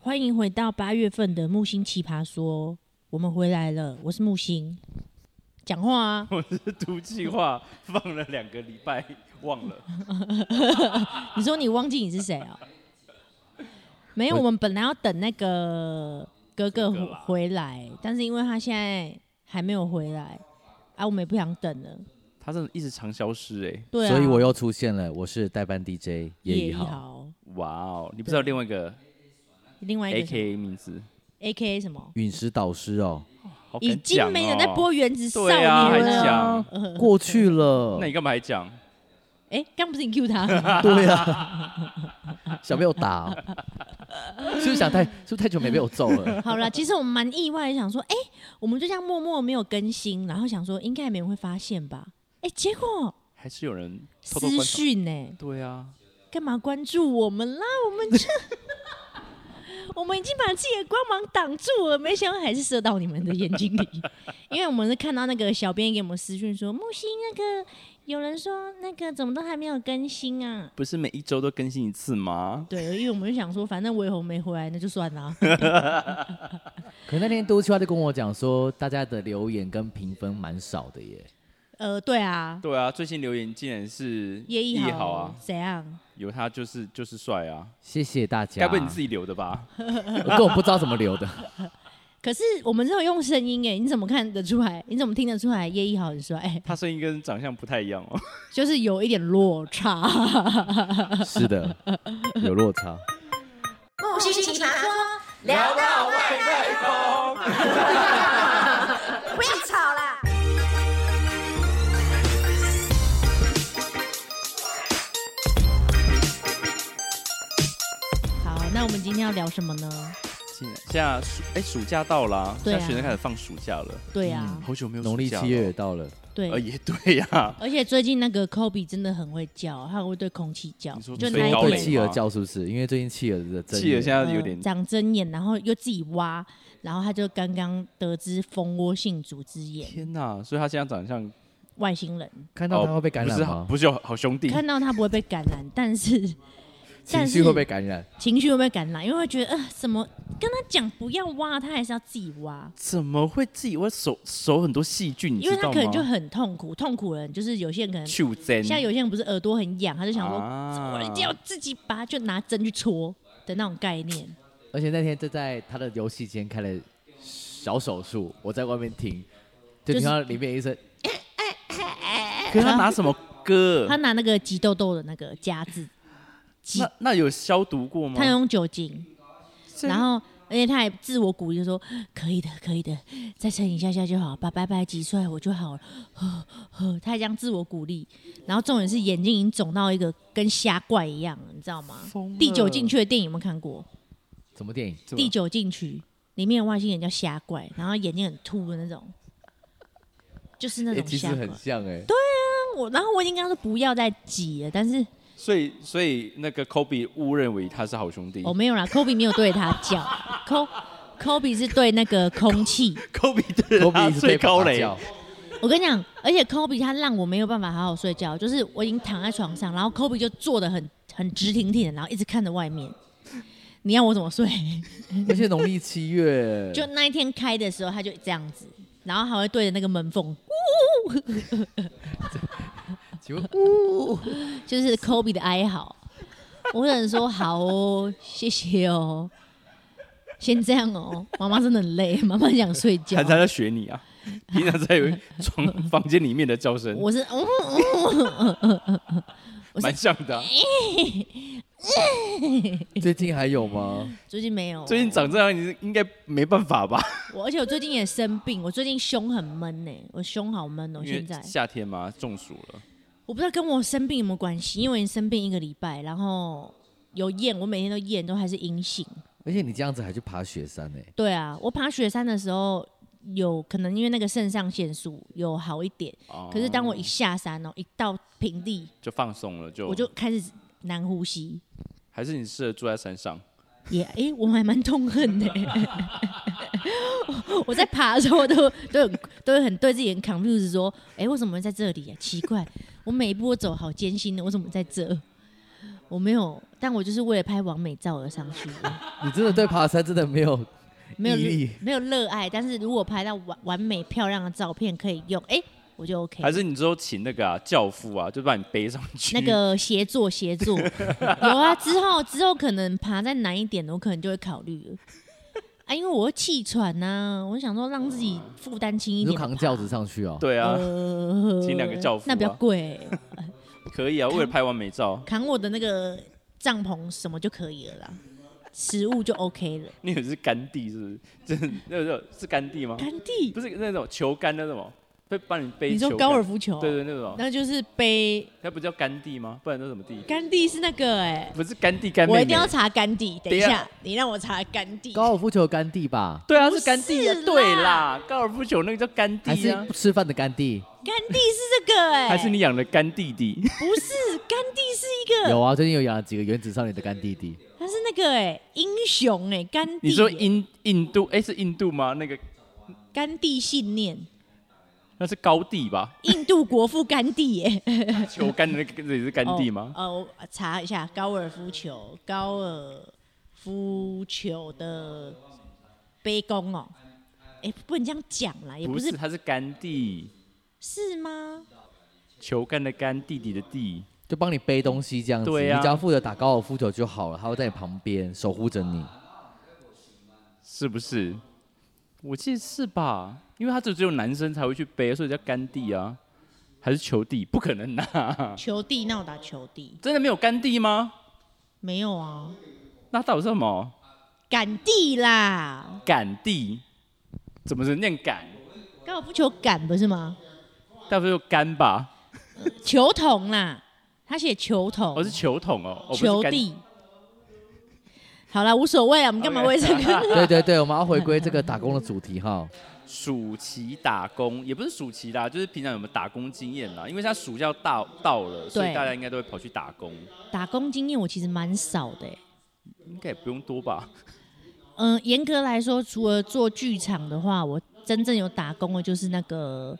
欢迎回到八月份的木星奇葩说，我们回来了，我是木星，讲话啊， 我是毒气话，放了两个礼拜，忘了。你说你忘记你是谁啊？没有，我我们本来要等那个哥哥哥回哥啦回来，但是因为他现在还没有回来，啊，我们也不想等了，他真的一直常消失哎、对啊，所以我又出现了，我是代班 DJ 叶叶一一豪，豪，哇哦，你不知道另外一个另外一 A 个 K A 名字， A K A 什么？陨石导师哦，好敢已经没人在讲哦播《原子少对啊年还》了。讲嗯过去了 那，你干嘛还讲？哎、刚不是你 Q 他？对啊， 想被我打哦、是不是想太，是不是太久没被我揍了？好了，其实我们蛮意外，想说，哎、我们就这样默默没有更新，然后想说应该也没人会发现吧？哎、结果还是有人偷偷私观察？讯呢、对啊，干嘛关注我们啦？我们这， 我们已经把自己的光芒挡住了，没想到还是射到你们的眼睛里。 因为我们是看到那个小编给我们私讯说，木星那个有人说那个怎么都还没有更新啊？不是每一周都更新一次吗？对，因为我们就想说，反正韦红没回来，那就算啦。可那天都秋他就跟我讲说，大家的留言跟评分蛮少的耶，呃，对啊，对啊，最新留言竟然是叶一一豪豪啊，怎样？有他就是就是帅啊，谢谢大家。该不会你自己留的吧？我根本不知道怎 么留的，可是我们只有用声音哎，你怎么看得出来？你怎么听得出来叶一豪很帅？哎，他声音跟长相不太一样哦。就是有一点落 差。是的，有落差。木星奇葩说，聊到外太空，不要吵啦！好，那我们今天要聊什么呢？现在现在暑哎、暑假到啦、对啊现在学生开始放暑假了，对啊，好久没有暑假农历了七月也到了，对。呃，也对嗯呀、而且最近那个 Kobe 真的很会叫，他很会对空气叫，你说就最那高一冷对点点企鹅叫是不是？因为最近企鹅的争气议了，啊现在有点呃长针眼，然后又自己挖，然后他就刚刚得知蜂窝性组织炎，天呐！所以他现在长相外星 人看到它会被感染哦不是啊好吗？不是好好兄弟，看到他不会被感染，但是情绪会被感染？情绪会被感染，因为会觉得呃，怎么跟他讲不要挖，他还是要自己挖，怎么会自己会手手很多细菌？你因为知他道可吗？能就很痛苦，痛苦人就是有些人可能去针，像有些人不是耳朵很痒，他就想说、啊我一定要自己拔，就拿针去戳的那种概念。而且那天就在他的游戏间开了小手术，我在外面听，就就是听到里面医生，可是他拿什么割他？拿那个挤痘痘的那个夹子挤，那那有消毒过吗他？用酒精，这然后。而且他还自我鼓励说：“可以的，可以的，再撑一下下就好，把白白挤出来我就好了。”呵呵，他还这样自我鼓励。然后重点是眼睛已经肿到一个跟瞎怪一样，你知道吗？疯了第九禁区的电影有没有看过？什么电影？怎么第九禁区里面的外星人叫瞎怪，然后眼睛很凸的那种，就是那哎，种其实瞎怪。很像哎，我然后我已经跟他说不要再挤了，但是所以所以那个 Kobe 误认为他是好兄弟我、没有 啦，Kobe 没有对他叫，Ko Kobe 是对那个空气。 ，Kobe 啊对着他比最高雷雷，，我跟你讲，而且 Kobe 他让我没有办法好好睡觉，就是我已经躺在床上，然后 Kobe 就坐得很很直挺挺的，然后一直看着外面。你要我怎么睡？ 而且农历七月，就那一天开的时候，他就这样子，然后还会对着那个门缝，请问就是 Kobe 的哀嚎。我只能说 好哦，谢谢哦，先这样哦。妈妈真的很累， 妈妈很想睡觉他。他在学你啊，平常 在床房间里面的叫声，我是，嗯我是蛮像的啊、最近还有吗？最近没有。最近长这样，你应该没办法吧？我，而且我最近也生病，我最近胸很闷呢、我胸好闷哦、因现为在夏天嘛，中暑了。我不知道跟我生病有没有关系，因为我已经生病一个礼拜，然后有验，我每天都验，都还是阴性。而且你这样子还去爬雪山哎，对啊，我爬雪山的时候有可能因为那个肾上腺素有好一点，哦可是当我一下山哦、一到平地，就放松了，就我就开始难呼吸。还是你适合住在山上。也哎、诶我还蛮痛恨的、 我在爬的时候都都很都会很对自己很 confused，说哎、诶为什么在这里啊？奇怪，我每一步都走好艰辛的，为什么在这？我没有，但我就是为了拍完美照而上去 的，你真的对爬山真的没有没有毅力没有热爱。但是如果拍到完完美漂亮的照片可以用，哎、我就 OK 还。是你之后请那个啊教父啊，就把你背上去。那个协作协作有啊，之后之后可能爬再难一点的，我可能就会考虑了。啊，因为我会气喘呐、我想说让自己负担轻一你就点。扛轿子上去哦。 对啊，呃请两个教父啊那比较贵、可以啊，为了拍完美照， 扛我的那个帐篷什么就可以了啦，食物就 OK 了。你以为是甘地是不是？ 这那个是甘地吗？甘地，不是那种球杆那种，会帮你哦背球杆。你说高尔夫球？啊对对，那种，那就是背那不叫甘地吗？不然那什么地？甘地是那个哎、不是甘地甘妹我妹。一定要查甘地。等一等一下下，你让我查甘地。高尔夫球有甘地吧，对啊，不是甘地啊是啦，对啦，高尔夫球那个叫甘还地是啊，不吃饭的甘地？甘地是这个哎、还是你养的干弟弟？不是甘地是一个，有啊，最近有养了几个原子少年的甘地弟。他是那个哎、英雄哎、甘地、你说哎印印度？哎，是印度吗？那个甘地信念，那是高地吧？ 印度国父甘地哎、球杆的那个也是 甘地吗？哦，哦我查一下高尔夫球，高尔夫球的杯弓哦。哎、不能这样讲啦，也不不是是，他是甘地，是吗？球杆的杆，弟弟的弟。就帮你背东西这样子，对啊你只要负责打高尔夫球就好了，他会在你旁边守护着你。是不是？我记得是吧？因为他只只有男生才会去背，所以叫干地啊，还是球地？不可能啊！ 球地，那我打球地，真的没有干地吗？没有啊，那到底是什么？杆地啦，杆地？怎么是念杆？高尔夫球杆不是吗？大不就杆吧？球童啦，他写球童，哦，是球桶哦，哦不是球杆地。好啦，无所谓啊，我们干嘛为这个？对对对，我们要回归这个打工的主题哈。暑期打工也不是暑期啦，就是平常有没有打工经验啦？因为现在暑假到到了，所以对大家应该都会跑去打工，打工经验我其实蛮少的、欸，应该也不用多吧？嗯、严格来说，除了做剧场的话，我真正有打工的就是那个，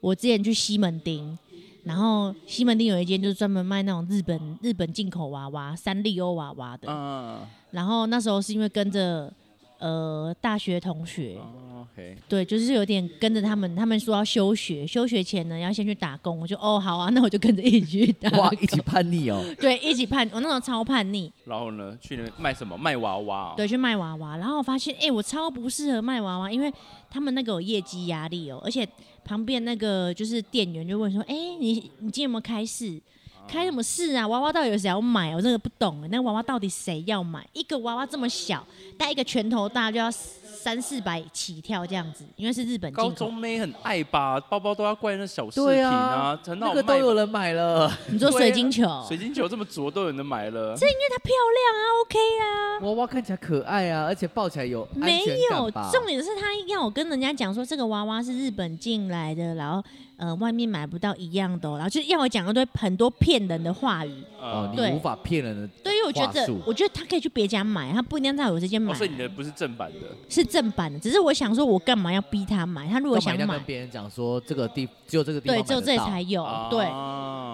我之前去西门町，然后西门町有一间就是专门卖那种日本日本进口娃娃、三丽鸥娃娃的，嗯、然后那时候是因为跟着呃大学同学，哦 OK，对，就是有点跟着他们，他们说要休学，休学前呢要先去打工，我就哦好啊，那我就跟着一起去打工哇，一起叛逆哦，对，一起叛，我那时候超叛逆，然后呢，去那边卖什么？卖娃娃、哦。对，去卖娃娃，然后我发现，哎、我超不适合卖娃娃，因为他们那个有业绩压力哦，而且旁边那个就是店员就问说，哎、你你今天有没有开市？开什么市啊？娃娃到底有谁要买？我真的不懂，欸那娃娃到底谁要买？一个娃娃这么小，带一个拳头大就要三四百起跳这样子，因为是日本高进口中。妹很爱吧，包包都要怪那小饰对品啊，很好那卖。个都有人买了，你说对水啊晶球，水晶球这么浊都有人买了，它漂亮啊，OK 啊。娃娃看起来可爱啊，而且抱起来有安没全有感，吧？重点是他要我跟人家讲说这个娃娃是日本进来的，然后呃外面买不到一样的哦、然后就是要我讲一堆很多骗人的话语。哦，呃，对你无法骗人的。对于我觉话得术，我觉得他可以去别家买，他不一定要在我这间买，哦，所以你的不是正版的，是正版的。只是我想说，我干嘛要逼他买？他如果干嘛想一定要买跟，别人讲说这个地只有这个哦地方对，买只有得这里到才有，啊哦对。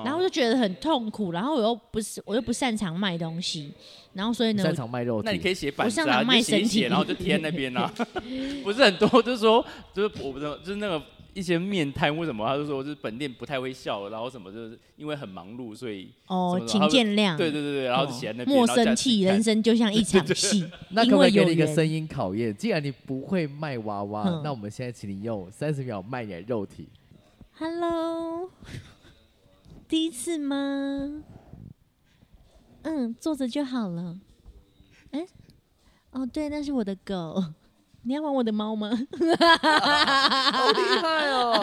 然后我就觉得很痛苦，然后我又不是，我又不擅长卖东西，然后所以呢，擅我长卖肉那你可体，，以写板子我上啊，网卖你写一身体写，然后就贴在那边啊， 不是很多，就是说，就是我不知道，就是那个一些面摊为什么，他就说就是本店不太会笑，然后什么就是因为很忙碌，所以哦什，么请的见谅。对对对对，然后就写在那边，莫然后叫生你气，看人生就像一场戏 那可因不可为以给有你一个缘。声音考验？既然你不会卖娃娃嗯，那我们现在请你用三十秒卖你的肉体。 Hello，第一次吗？嗯，坐着就好了。哎、哦对，那是我的狗。你要玩我的猫 吗？啊好厉害哦！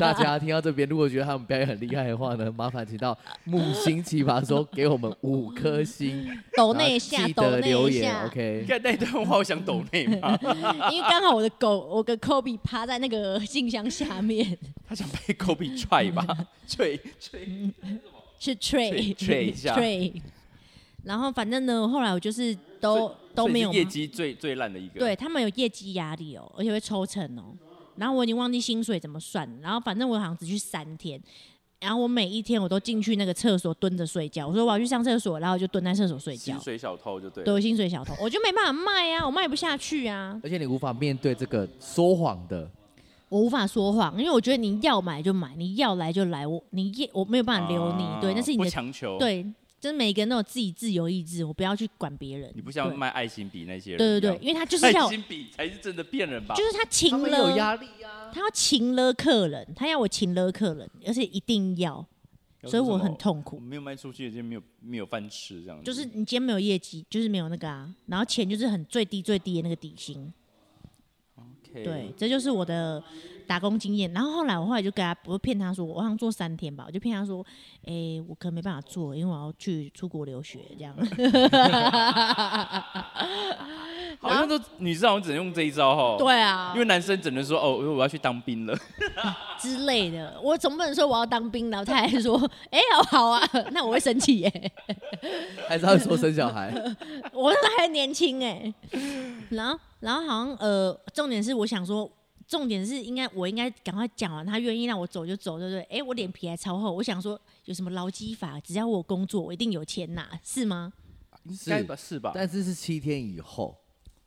大家听到这边，如果觉得他们表演很厉害的话呢，麻烦请到木星奇葩说给我们五颗星，抖那一然下，后记抖得那留一言下。你，OK。看那段话，我想抖内嘛，嗯因为刚好我的 狗，我跟 Kobe 趴在那个信箱下面，他想被 Kobe 踹 吧，踹踹。是 Tray 吹一下 Tray。然后反正呢，后来我就是所都以都没有所以是业嘛绩最最烂的一个。对，他们有业绩压力哦，而且会抽成哦。然后我已经忘记薪水怎么算了，然后反正我好像只去三天，然后我每一天我都进去那个厕所蹲着睡觉。我说我要去上厕所，然后我就蹲在厕所睡觉薪。水小偷就对了。对，我薪水小偷，我就没办法卖啊，我卖不下去啊，而且你无法面对这个说谎的，我无法说谎，因为我觉得你要买就买，你要来就来，我你也我没有办法留你，对，那是你啊不的强求。，对，就是每个人都有自己自由意志，我不要去管别人。你不像对卖爱心笔那些人一对样。对对，因为他就是要爱，心笔才是真的骗人吧？就是哎他他情们有了，压力啊。他要情了客人，他要我情了客人，而且一定要，要所以说我什么很痛我苦。没有卖出去，就没有没有饭吃这样子。就是你今天没有业绩，就是没有那个啊，然后钱就是很最低最低的那个底薪， OK，对，这就是我的打工经验。然后后来我后来就跟他，我就骗他说，我好像做三天吧，我就骗他说，诶，我可能没办法做，因为我要去出国留学这样。好像都女生好像只能用这一招哈。。对啊因，为男生只能说哦，我要去当兵 了，之类的，我总不能说我要当兵，然后他还说，哎、好好啊， 那我会生气耶、还是他说生 小孩，我那时候还年轻哎、然后然后好像呃，重点是我想说，重点是应该我应该赶快讲完，他愿意让我走就走，对不对？哎、我脸皮还超厚，我想说有什么劳基法，只要我有工作，我一定有钱拿，是吗？应是该吧？是吧？但是是七天以后，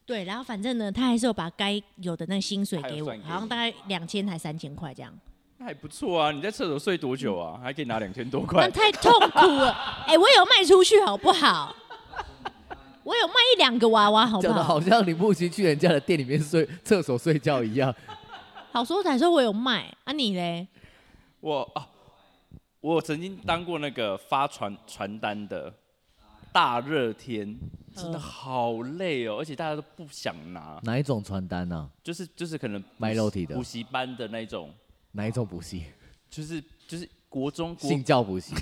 对，然后反正呢，他还是有把该有的那个薪水他有给我，算给好像你大概两千还三千块这样，那还不错啊！你在厕所睡多久啊？还可以拿两千多那块，太痛苦了。哎、我有卖出去好不好？我有卖一两个娃娃好不讲的好？好像你不行去人家的店里面睡厕所睡觉一样。好说歹说我有卖啊，你嘞？我啊，我曾经当过那个发传传单的，大热天真的嗯好累哦，而且大家都不想拿，哪一种传单啊呢、就是就是可能补卖肉体的补习班的那种，哪一种补 习？就是就是国中国性教补 习。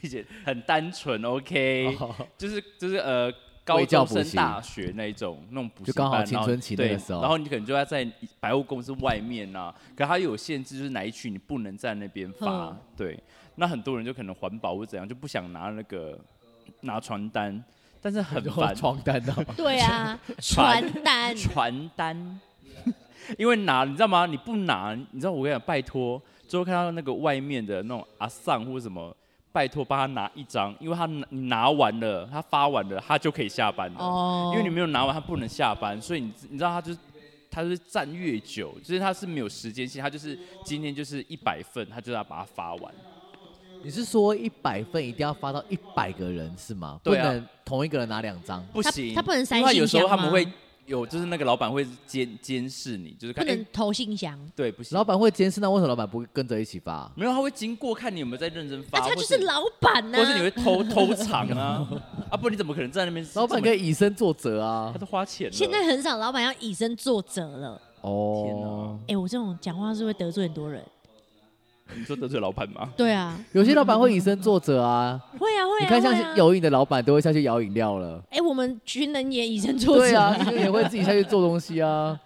以前很单纯，OK，、哦 就是就是呃。高卫教中补习生、大学那一种那种补习就刚好班青春期那个时然后候对，然后你可能就要在百货公司外面啊，可它又有限制，就是哪一区你不能在那边发嗯，对。那很多人就可能环保或怎样，就不想拿那个拿传单，但是很 烦床单呢、 对啊，传传单。传单，因为拿你知道吗？你不拿，你知道我跟你讲，拜托，最后看到那个外面的那种阿丧或者什么，拜托帮他拿一张，因为他拿你拿完了，他发完了，他就可以下班了。哦因为你没有拿完，他不能下班，所以你你知道他就是。他就是站越久，就是他是没有时间性，他就是今天就是一百份，他就要把它发完。你是说一百份一定要发到一百个人是吗？对啊不能同一个人拿两张。不行，他不能塞因为信有时候箱他们吗会有，就是那个老板会监监视你，就是不看，能哎投信箱，对，不行，老板会监视，那为什么老板不跟着一起发？ 没有，他会经过看你有没有在认真发，那他就或是啊老板呐、或是你会偷偷藏啊， 啊，不然你怎么可能在那边？老板怎可么以以身作则啊他。都花钱了。现在很少老板要以身作则了。 天哪哦，哎、我这种讲话是会得罪很多人。你说得罪老板吗？对啊，有些老板会以身作则啊。会啊，会啊。你看，像会啊是有瘾的老板都会下去摇饮料了。哎、我们群人也以身作则。对啊， 就是也会自己下去做东 西啊。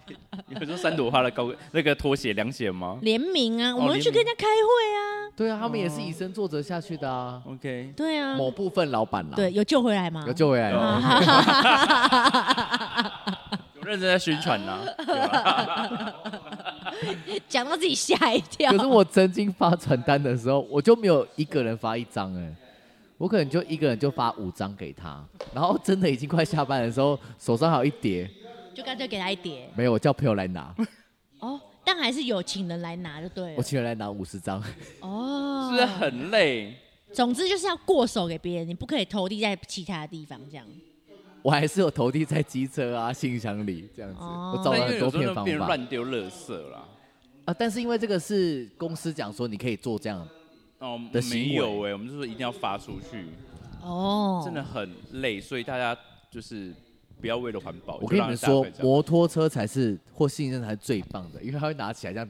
你会说三朵花的高那个拖鞋凉 鞋吗联名哦啊，我们会联去跟人家开会啊。对啊，他们也是以身作则下去的啊。 ？OK，对啊，某部分老板啦，对，，有救回来吗？啊有救回来了。啊 有认真在宣传呐、有啊。讲到自己吓一跳。 可是我曾经发传单的时候，我就没有一个人发一张哎、我可能就一个人就发五张给他，然后真的已经快下班的时候，手上还有一叠，就干脆给他一叠没有，我叫朋友来 拿，哦，但还是有请人来拿就对我了。请人来拿五十张， 哦，是不是啊很累？总之就是要过手给别人，你不可以投递在其他的地方这样。我还是有投递在机车啊、信箱里这样子，哦我找但了因为很有多时候片那方边法乱丢垃圾啦。啊。但是因为这个是公司讲说你可以做这样，哦，的行没为有哎、我们就说一定要发出去，哦，真的很累，所以大家就是不要为了环保。我跟你们就让说大家这，样摩托车才是或信任才是最棒的，因为他会拿起来这样，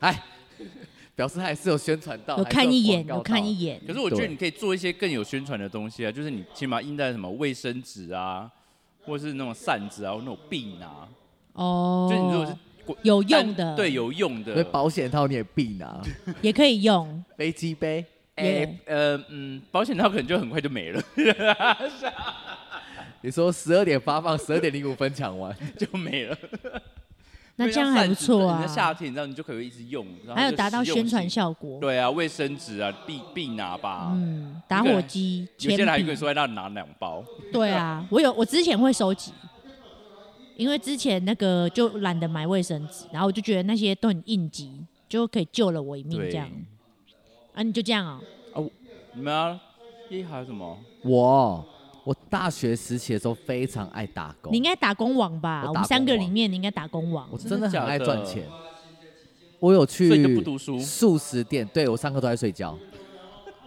哎， 表示他还是有宣传到，有还是看一眼，广有告看到一眼啊可。是我觉得对你可以做一些更有宣传的东西啊，就是你起码印在什么卫生纸啊，或是那种扇子啊，或那种柄啊，哦，就是你如果是国有用单的，对，有用的所以，保险套你也必拿，也可以 用。飞机杯。哎、耶呃嗯，保险套可能就很快就没了， 你说十二点发放，十二点零五分抢完，就没了。那 因为这样它还不扇子错啊你在夏天，你知道你就可以一直用，然后还有就达到实用宣传性。效果。对啊，卫生纸啊，必必拿吧。嗯，打火机、有铅些人还跟笔你，说让你拿两包，对啊，我有，我之前会收集，因为之前那个就懒得买卫生纸，然后我就觉得那些都很应急，就可以救了我一命对这样。啊，你就这样哦、你们啊，一还有什么？ 我我大学时期的时候非常爱打工，你应该打工网吧？我我打们三工个网里面，你应该打工网我。真真的的很假爱的赚钱。我有所以去你就不读书素食店，对我上课都在睡觉，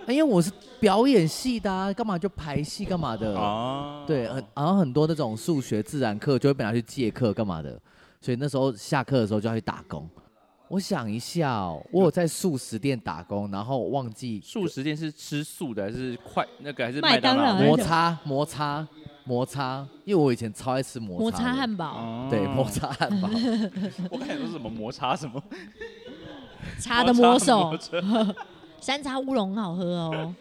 哎因为我是表演系的、啊，干嘛就排戏干嘛的。哦啊，对，很然后很多那种数学、自然课就会被拿去借课干嘛的，所以那时候下课的时候就要去打工。我想一下哦，我有在素食店打工，然后忘记素食店是吃素的还是快那个还是麦当劳劳还是摩擦摩擦摩擦，因为我以前超爱吃摩摩擦的。擦汉堡，哦对摩，擦汉堡，我看你说什么摩擦什么，擦的摩魔擦手，摩擦 山茶乌龙好喝哦。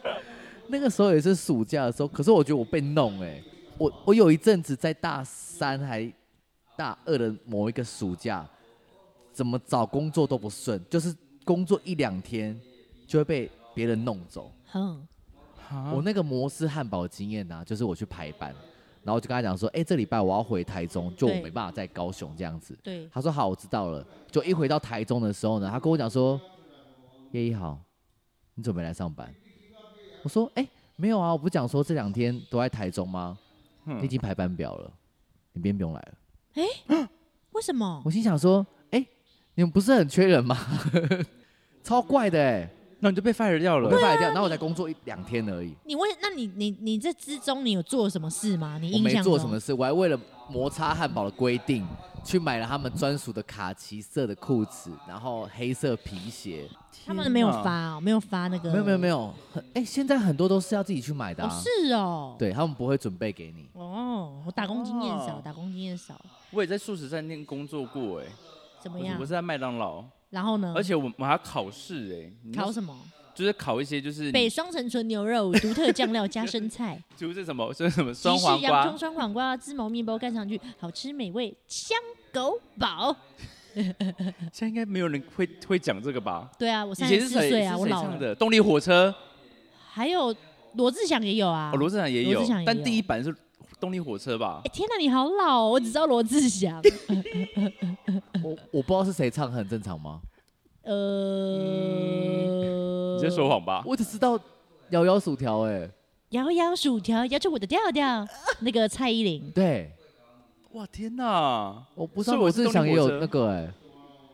那个时候也是暑假的时候，可是我觉得我被弄哎、我我有一阵子在大三还大二的某一个暑假，怎么找工作都不顺，就是工作一两天就会被别人弄走。 哼，啊我那个摩斯汉堡经验呢、啊，就是我去排班，然后我就跟他讲说，哎、这礼拜我要回台中，就我对没办法在高雄这样子。对，他说好，我知道了。就一回到台中的时候呢，他跟我讲说：“叶一豪，你准备来上班？”我说：“哎、没有啊，我不讲说这两天都在台中吗？嗯你已经排班表了，你边不用来了。为什”么我？心想说：“哎、你们不是很缺人吗？ 超怪的哎、那你就被 fire 掉我了被。啊卖掉，然后我才工作一两天而已，你为那你你你这之中你有做什么事吗？你我印没象做中什么事，我还为了摩擦汉堡的规定。”去买了他们专属的卡其色的裤子，然后黑色皮鞋，他们没有天哪，发哦，没有发那个，没有没有没有，很哎、现在很多都是要自己去买的、啊哦，是哦，，对他们不会准备给你。哦，我打工经验少，哦打工经验少，我也在素食餐厅工作过哎，怎么我样我？是在麦当劳，然后呢？而且我我还要考试哎，你考那什么？就是考一些就是你北双层纯牛肉、独特酱料加生 菜、就是什么就是什么吉双式黄洋瓜葱、，双黄瓜、芝麻面包盖上去，好吃美味，香狗堡。现在应该没有人会会讲这个吧？对啊，我以三前十是四谁岁啊，是我谁老唱了。的？动力火车，还有罗志祥也有啊，哦，罗志祥也罗有志祥也，但有第一版是动力火车吧哎、？天哪，你好老、哦！我只知道罗志 祥。我我不知道是谁唱，很正常吗？呃，你在说谎吧？我只知道摇摇薯条，哎，摇摇薯条，摇着我的调调。那个蔡依林，对，哇天哪！我不知所道以我罗是志祥也动力火车有那个，哎，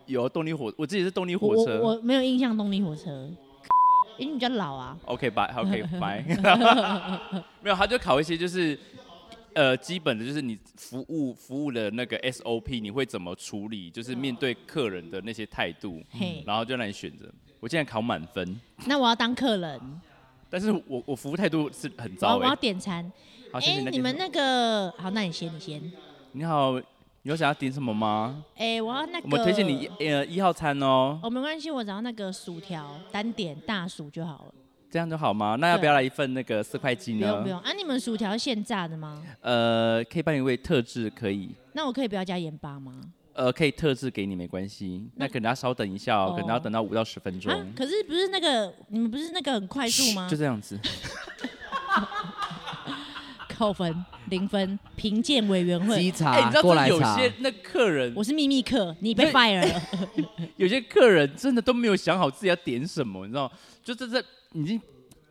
有动力火，我自己是动力我火我我车。没有印象动力火车，因为你比较老啊。 OK，拜，OK，拜。 没有，他就考一些就是呃基本的，就是你服务服务的那个 SOP，你会怎么处理，就是面对客人的那些态度，嘿，然后就让你选择。我竟然考满分，那我要当客人，但是我我服务态度是很我要糟我哎、要点餐。好，谢哎、谢你们那个好，那你先，你先。你好，你有想要点什么吗？哎、我要那个。我们推荐你。呃一号餐哦，哦，没关系，我只要那个薯条单点大薯就好了，这样就好吗？那要不要来一份那个四块鸡不呢？用不用。啊，你们薯条是现炸的吗？呃，可以帮你喂特制，可以。那我可以不要加盐巴吗？呃，可以特制给你没关系，那可能要稍等一下哦，哦可能要等到五到十分钟啊。，可是不是那个你们不是那个很快速吗？就这样子， 扣分零分，评鉴委员会稽，哎、你查知啊过道来有查，些那客人我，是秘密客，你被 fire 了。有些客人真的都没有想好自己要点什么，你知道，就这这已经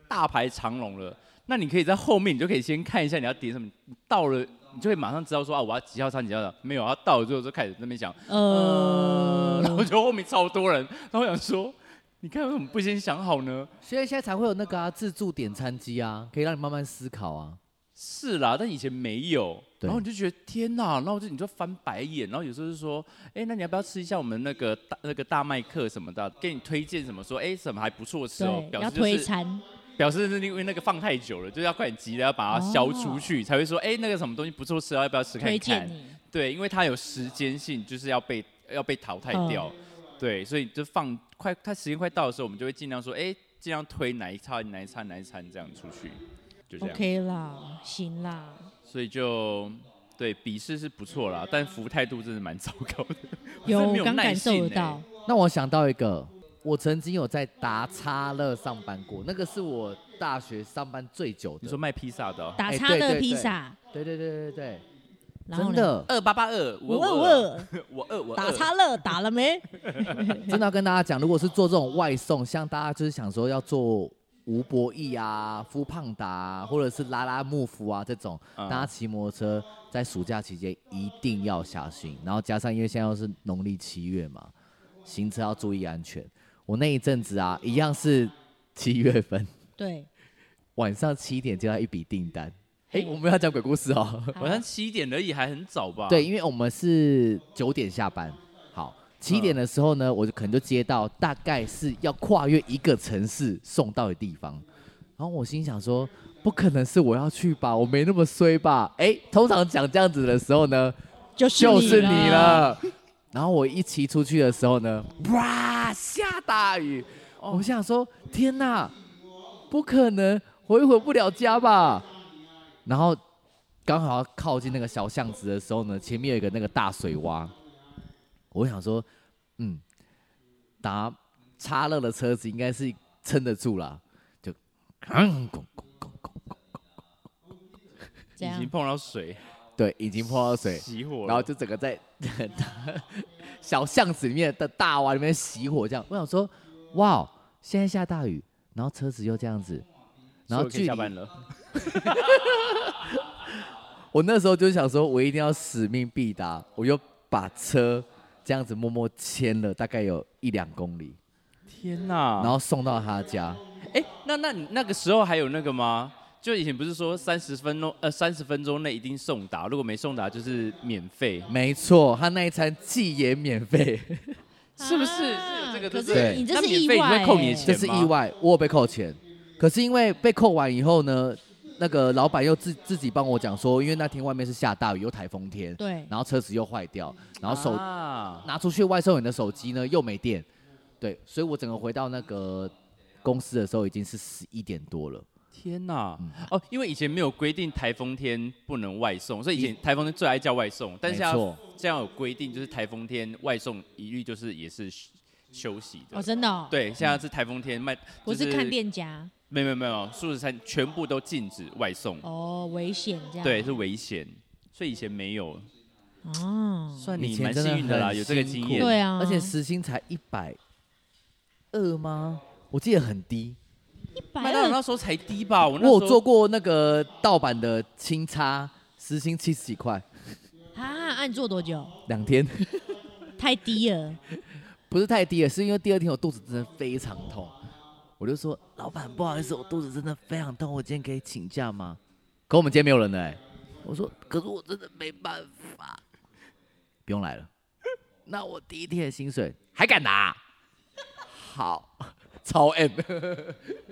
大排长龙了。那你可以在后面，你就可以先看一下你要点什么，到了你就会马上知道说啊，我要几号餐几号餐。没有，他到了之后就开始在那边想，呃， 然后呃，就后面超多人，然后我想说，你看为什么不先想好呢？所以现在才会有那个啊自助点餐机啊，可以让你慢慢思考啊。是啦，但以前没有，对然后你就觉得天哪，然后就你就翻白眼，然后有时候就说，哎，那你要不要吃一下我们那个大那个大麦克什么的，给你推荐什么说，哎，什么还不错吃哦对，，表要示就推是餐，表示是因为那个放太久了，就是要快点急着要把它消出去，才会说，哎，那个什么东西不错吃哦，要不要吃看哦推荐看？你。对，因为它有时间性，就是要被要被淘汰掉，哦对，所以就放快，它时间快到的时候，我们就会尽量说，哎，尽量推哪一餐哪一餐哪一餐这样出去，就这样。 OK 啦，行啦，所以就对笔试是不错啦，但服务态度真的蛮糟糕的。 有，真没我 有刚耐感受性得欸到。那我想到一个，我曾经有在达叉乐上班过，那个是我大学上班最久你的说。卖披萨的哦、打哎叉对的对披对萨，对对对对对，然后真呢？的二八八二五五二五二，二，我二 我打二叉乐打了没？真的要跟大家讲，如果是做这种外送，像大家就是想说要做吴博义啊、夫胖达、啊，或者是拉拉木夫啊这种，嗯大家骑摩托车在暑假期间一定要小心，然后加上因为现在又是农历七月嘛，行车要注意安全。我那一阵子啊，一样是七月份对，晚上七点接到一笔订单，哎、我们要讲鬼故事哦。好晚上七点而已，还很早吧？对，，因为我们是九点下班，好，七点的时候呢，我就可能就接到大概是要跨越一个城市送到的地方，然后我心想说，不可能是我要去吧，我没那么衰吧？哎，通常讲这样子的时候呢，就是就是你。了。然后我一骑出去的时候呢，哇，下大雨，我想说，天哪，不可能，我也回不了家吧？然后刚好要靠近那个小巷子的时候呢，前面有一个那个大水洼，我想说，嗯，打叉乐的车子应该是撑得住啦，就，嗯咣咣咣咣咣这已样经碰到水，对，已经碰到水，熄火了，然后就整个在小巷子里面的大洼里面熄火，这样。我想说，哇，现在下大雨，然后车子又这样子，然所后以我可以距下离班了，我那时候就想说，我一定要使命必达，我又把车这样子默默牵了大概有一两公里，天哪！然后送到他家。哎、那那你那个时候还有那个吗？就以前不是说三十分钟呃三十分钟内一定送达，如果没送达就是免费，啊没错，他那一餐寄也免费，是不是？啊是有这个可对是不对你这那是免意费外你会扣你的欸这钱是吗意外，我有被扣钱。可是因为被扣完以后呢，那个老板又自自己帮我讲说，因为那天外面是下大雨，又台风天，对，然后车子又坏掉，然后手、啊拿出去外送员的手机呢又没电，对，所以我整个回到那个公司的时候已经是十一点多了。天哪！嗯哦，因为以前没有规定台风天不能外送，所以以前台风天最爱叫外送，但是没错要这样有规定，就是台风天外送一律就是也是休休息的。哦，真的、哦，，对，现在是台风天卖，我就是看，店家，没有没有没有，素食餐全部都禁止外送，哦，危险这样，对，是危险，所以以前没有，哦，算以你前蛮真的幸运的啦，很有这个辛经苦验。对啊，而且时薪才一百二吗？我记得很低。一百麦当劳二，那时候才低吧？我那我有时候做过那个盗版的清差，时薪七十几块，啊，啊你做多久？两天太低了，不是太低了，是因为第二天我肚子真的非常痛，我就说老板不好意思，我肚子真的非常痛，我今天可以请假吗？可我们今天没有人呢、欸，我说可是我真的没办法，不用来了，那我第一天的薪水还敢拿？好，超 M，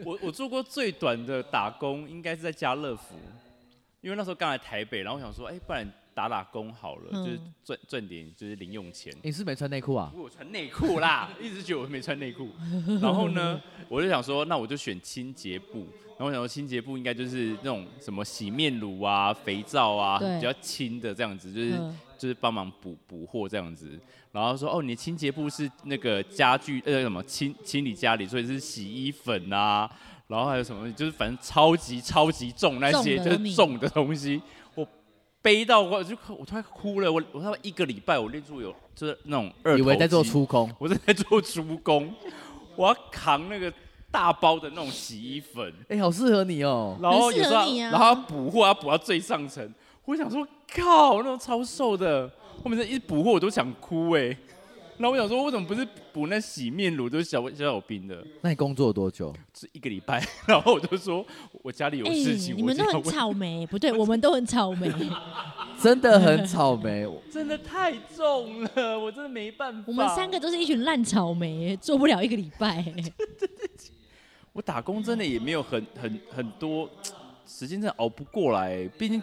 我我做过最短的打工应该是在家乐福，因为那时候刚来台北，然后我想说，哎、不然打打工好了，嗯就是赚赚点就是零用钱。你是没穿内裤啊？不过我穿内 裤啦，一直觉得我没穿内裤。然后呢，我就想说，那我就选清洁布。然后我想说，清洁布应该就是那种什么洗面乳啊、肥皂啊，对比较轻的这样子，就是、嗯就是帮忙补补货这样子。然后说，哦，你的清洁布是那个家具呃什么清清理家里，所以是洗衣粉啊，然后还有什么，就是反正超级超级重那些，重就的是重的东西。我背到我就我突然哭了，我我他妈一个礼拜我练住有就是那种二以为头在做肌出工，我是在做猪工，我要扛那个大包的那种洗衣粉，哎、好适合你哦、然后有时候很适合你要、啊然后要补货，要补到最上层。我想说，靠，那种超瘦的，后面一补货我都想哭哎、然后我想说，为什么不是补那洗面乳，都是小小小兵的，那你工作多久？是一个礼拜。 然后我就说，我家里有哎、事情，你我们就都要很问。草莓，不对，我们都很草 莓，真的很草莓，我真的太重了，我真的没办法。我们三个，都是一群烂草莓，做不了一个礼拜，我打工真的也没 有很很很多时间，真的熬不过来。毕竟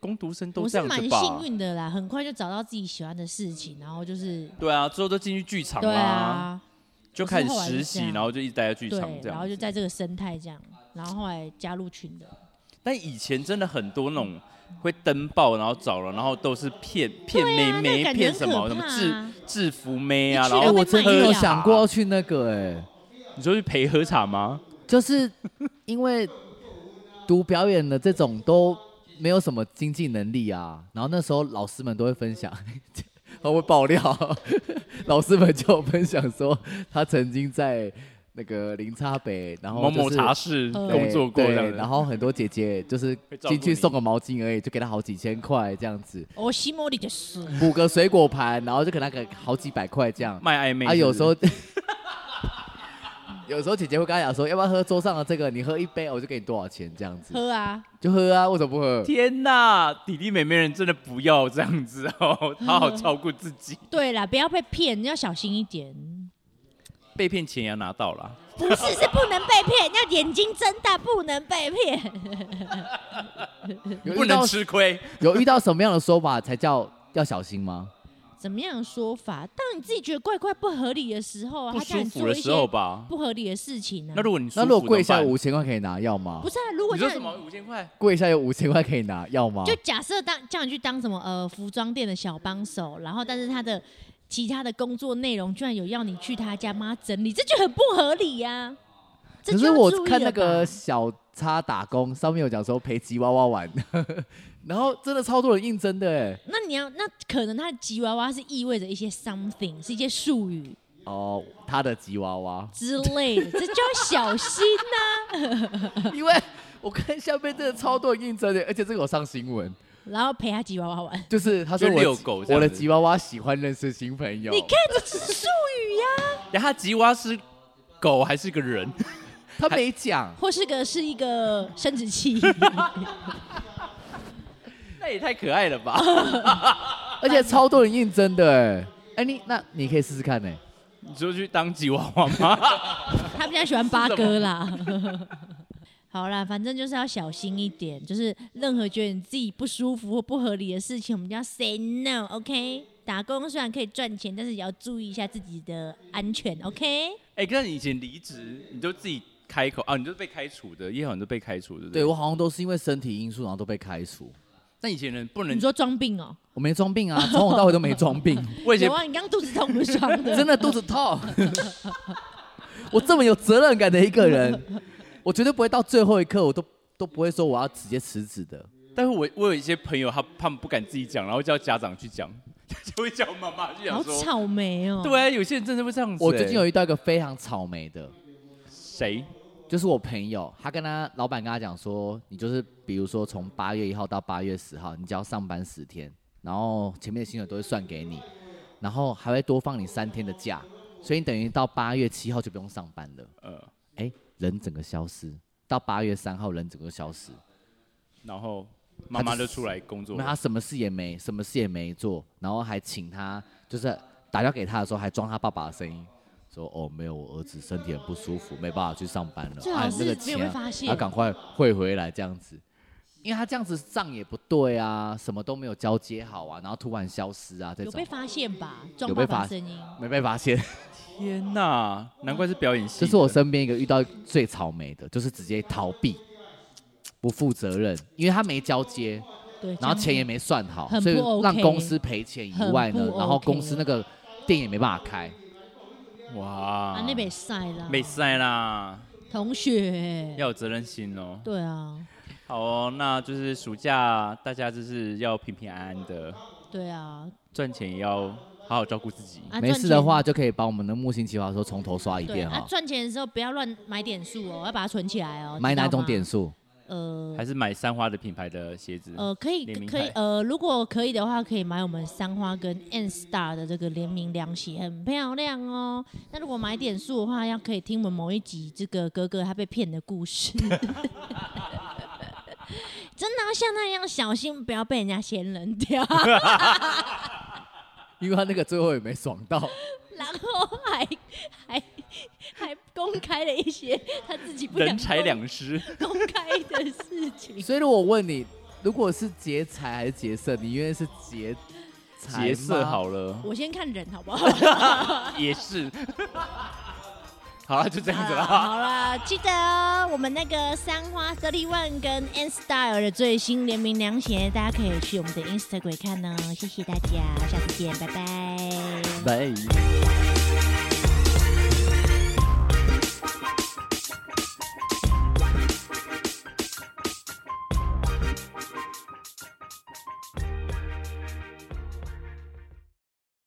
工读生都我这是样蛮子吧。幸运的啦，很快就找到自己喜欢的事情，然后就是，对啊，之后都进去剧场对啦、啊，就开始我是后来就实这习，样然后就一直待在剧场对，这然后样。就在这个生态这样，然后后来加入群的，但以前真的很多那种会登报，然后找了，然后都是骗骗对啊妹那妹，感觉骗很什么可什么怕制啊制服妹你啊，去然了后会哎我曾经买有药想过要去那个哎、你说去陪喝茶吗？就是因为读表演的这种都没有什么经济能力啊，然后那时候老师们都会分享， 他会爆料， 老师们就有分享说他曾经在那个林差北，然后、某哦就是、某茶室呃工作过这对样对，子，然后很多姐姐就是会照顾进去你送个毛巾而已，就给他好几千块这样子，哦我西莫里的事，补个水果盘，然后就给他个好几百块这样，卖暧昧啊，是不有是时候， 有时候姐姐会跟他讲说，要不要喝桌上的这个？你喝一杯，我就给你多少钱，这样子喝啊，就喝啊，为什么不喝？ 天呐，弟弟妹妹人真的不要这样子哦，好好照顾自 己。对啦，不要被骗，你要小心一点。被骗钱也要拿到啦，不是，是不能被骗，要眼睛睁大，不能被骗。有不遇到能吃 亏。有遇到什么样的说法才叫要小心吗？怎么样说法？当你自己觉得怪怪不合理的时候啊，不他叫舒你服做的一些时候吧。不合理的事情啊那。如果你舒那服如果跪怎下么办五千块可以拿要吗不？是啊，如果你说叫什么五千块？跪下有五千块可以拿要吗？就假设当叫你去当什么呃服装店的小帮手，然后但是他的其他的工作内容居然有要你去他家帮他整理，这就很不合理呀、这就可是要我注意看那了吧个小叉打工上面有讲说陪吉娃娃玩， 然后真的超多人应征的哎。那你要那可能他的吉娃娃是意味着一些 something，是一些术语哦，他的吉娃 娃，之类的，这就要小心呐、因为我看下面真的超多人应征的，而且这个有上新闻。然后陪他吉娃娃玩，就是他说就我遛的狗这我样的子吉娃娃喜欢认识新朋友。你看这是术语呀、然后他吉娃是狗还是个人？ 他没讲，或是个是一个生殖器，那也太可爱了吧！ 而且超多人应征的哎。啊哎，你那你可以试试看欸呢。你说去当吉娃娃吗？ 他比较喜欢八哥 啦。好啦，反正就是要小心一点，就是任何觉得你自己不舒服或不合理的事情，我们就要 say no，OK、打工虽然可以赚钱，但是也要注意一下自己的安全，OK？哎、可是你以前离职，你就自己开口啊，你就是被开除的，叶好你都被开除的。对不我好像都是因为身体因素，然后都被开除。那以前人不能你，说装病哦、我没装病啊， 从头到尾都没装 病，我以前有啊，你刚肚子痛不是装 的，真的肚子痛。我这么有责任感的一个人，我绝对不会到最后一刻，我都都不会说我要直接辞职的。但是我我有一些朋友他，他们不敢自己讲，然后叫家长去讲， 就会叫妈妈去好讲说。草莓哦、对啊，有些人真的会这样子欸、嗯我最近有遇到一个非常草莓的，谁？就是我朋友，他跟他老板跟他讲说，你就是比如说从八月一号到八月十号，你只要上班十天，然后前面的薪水都会算给你，然后还会多放你三天的假，所以你等于到八月七号就不用上班了。呃，哎，人整个消失，到八月三号人整个消失，然后妈妈就出来工作那他了，什么事也没，什么事也没做，然后还请他就是打电话给他的时候还装他爸爸的声音。说哦，没有，我儿子身体很不舒服，没办法去上班了。最啊好你那个是没有钱被啊发现他。赶快汇回来这样子，因为他这样子账也不对啊，什么都没有交接好啊，然后突然消失啊，这有种被发现吧？装有被爸爸发声音，没被发现。天哪，难怪是表演系的。 这是我身边一个遇到最草莓的，就是直接逃避，不负责任，因为他没交接，对，然后钱也没没算好，很不所以让 OK 公司赔钱以外呢很不，然后 OK 公司那个店也没办法开。哇，啊，那边晒啦，没赛啦，同学，要有责任心哦。对啊，好哦，那就是暑假大家就是要平平安安的，对啊，赚钱也要好好照顾自己。啊没事的话，就可以把我们的木星计划说从头刷一赚钱对遍啊哈，。赚钱的时候不要乱买点数哦，要把它存起来哦。买知道哪种吗？点数？呃还是买三花的品牌的鞋子，呃，可以联名可以牌呃，如果可以的话，可以买我们三花跟 N Star 的这个联名凉鞋，很漂亮哦。那如果买点数的话，要可以听我们某一集这个哥哥他被骗的故事。 真的要像那样小心，不要被人家先扔掉。 因为他那个最后也没爽到， 然后还还还公开了一些他自己不想人 财两失。公公开的事情。所以如果我问你，如果是劫财还是劫色，你愿意是劫财劫色吗好了，我先看人好不好？也是。 好了，就这样子啦啊 啦。好啦，记得哦我们那个三花 Thirty One 跟 N Style 的最新联名凉鞋，大家可以去我们的 Instagram 看哦。谢谢大家，下次见，拜拜。拜。